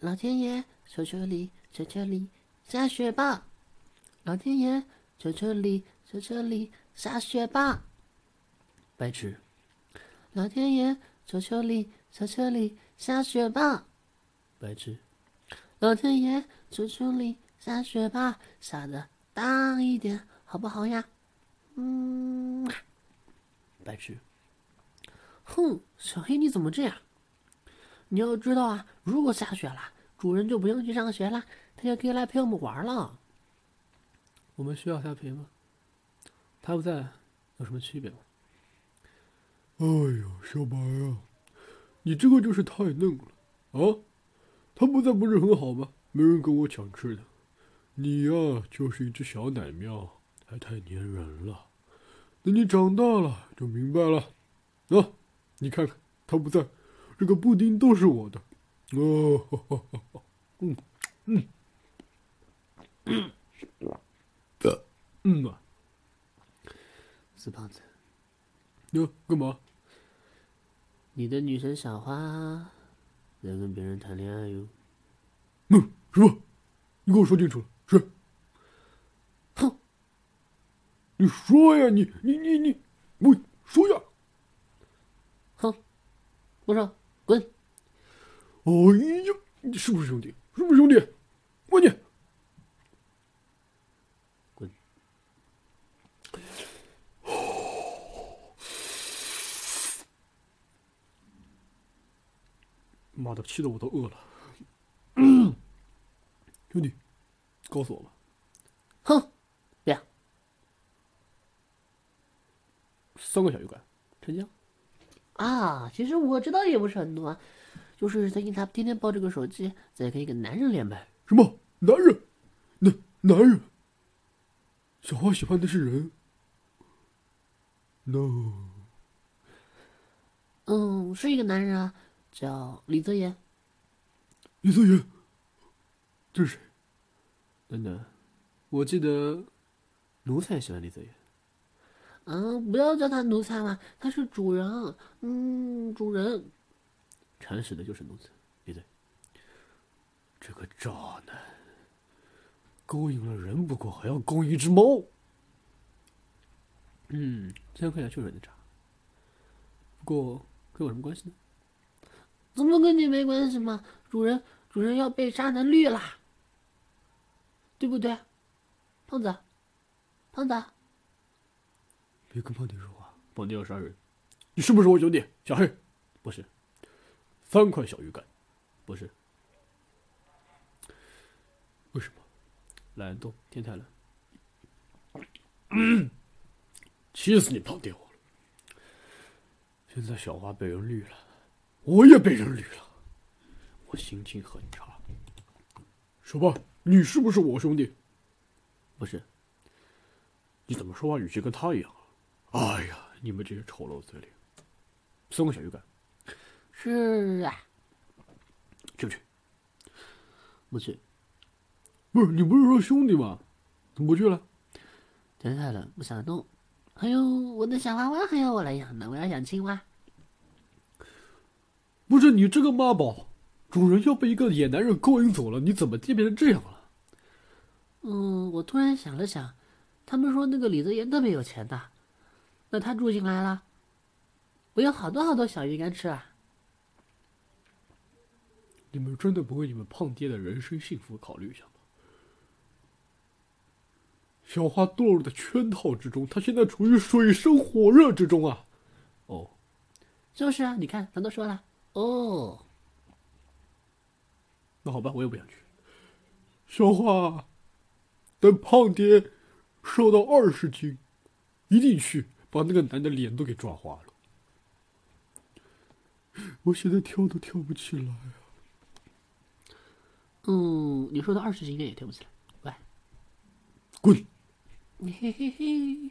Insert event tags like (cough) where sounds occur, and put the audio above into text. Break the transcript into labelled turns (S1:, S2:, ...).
S1: 老天爷，求求你，求求你，下雪吧！老天爷，求求你，求求你，下雪吧！
S2: 白痴，
S1: 老天爷，求求你，求求你，下雪吧！
S2: 白痴，
S1: 老天爷，求求你，下雪吧，下的大一点，好不好呀？嗯，
S2: 白痴，
S1: 哼，小黑你怎么这样？你要知道啊，如果下雪了，主人就不用去上学了，他就可以来陪我们玩了。
S2: 我们需要他陪吗？他不在有什么区别吗？
S3: 哎呦，小白啊，你这个就是太嫩了啊！他不在不是很好吗？没人跟我抢吃的，你呀、就是一只小奶喵，还太粘人了。等你长大了就明白了。啊，你看看，他不在，这个布丁都是我的。哦，哈哈哈哈嗯嗯嗯，嗯啊，
S2: 死胖子，
S3: 哟、干嘛？
S2: 你的女神小花在跟别人谈恋爱哟。
S3: 嗯，什么？你给我说清楚了，是？
S1: 哼，
S3: 你说呀，你你你你，我说呀。
S1: 不说，滚！
S3: 哎呀，你是不是兄弟？是不是兄弟？我你，
S2: 滚！
S3: 妈的，气得我都饿了。 (clears throat) 兄弟，告诉我吧，
S1: 哼，不要，
S3: 三个小鱼干，成交。
S1: 啊，其实我知道也不是很多啊，就是最近他天天抱着个手机在跟一个男人连麦。
S3: 什么男人？男男人？小花喜欢的是人？No，
S1: 嗯，是一个男人啊，叫李泽言。
S3: 李泽言，这是谁？
S2: 等等，我记得奴才喜欢李泽言。
S1: 嗯，不要叫他奴才嘛，他是主人。嗯，主人，
S2: 铲屎的就是奴才。闭嘴！这个渣男，勾引了人不够，还要勾引一只猫。嗯，这样看起来确实有点渣。不过跟我有什么关系呢？
S1: 怎么跟你没关系嘛？主人，主人要被渣男绿啦，对不对？胖子，胖子，
S2: 别跟胖弟说话，胖弟要杀人。
S3: 你是不是我兄弟小黑？
S2: 不是，
S3: 三块小鱼干，
S2: 不是，
S3: 为什么？
S2: 懒惰，天太懒。
S3: (coughs) 气死你胖爹我了！
S2: 现在小花被人绿了，
S3: 我也被人绿了。
S2: 我心情很差。
S3: 小白，你是不是我兄弟？
S2: 不是，
S3: 你怎么说话语气跟他一样啊？哎呀，你们这些丑陋嘴脸！三个小鱼干，
S1: 是啊，
S3: 去不去？
S2: 不去，
S3: 不是你不是说兄弟吗？怎么不去了？
S1: 天太冷，不想动。还有我的小娃娃还要我来养呢，我要养青蛙。
S3: 不是你这个妈宝，主人要被一个野男人勾引走了，你怎么变成这样了？
S1: 嗯，我突然想了想，他们说那个李泽言特别有钱的，那他住进来了，我有好多好多小鱼干吃啊！
S3: 你们真的不为你们胖爹的人生幸福考虑一下吗？小花堕入的圈套之中，她现在处于水深火热之中啊！
S2: 哦，
S1: 就是啊，你看，咱都说了哦，
S3: 那好吧，我也不想去。小花，等胖爹瘦到二十斤，一定去把那个男的脸都给撞花了。我现在跳都跳不起来啊！
S1: 嗯，你说的二十斤应该也跳不起来，
S3: 滚！
S1: 喂，嘿嘿嘿。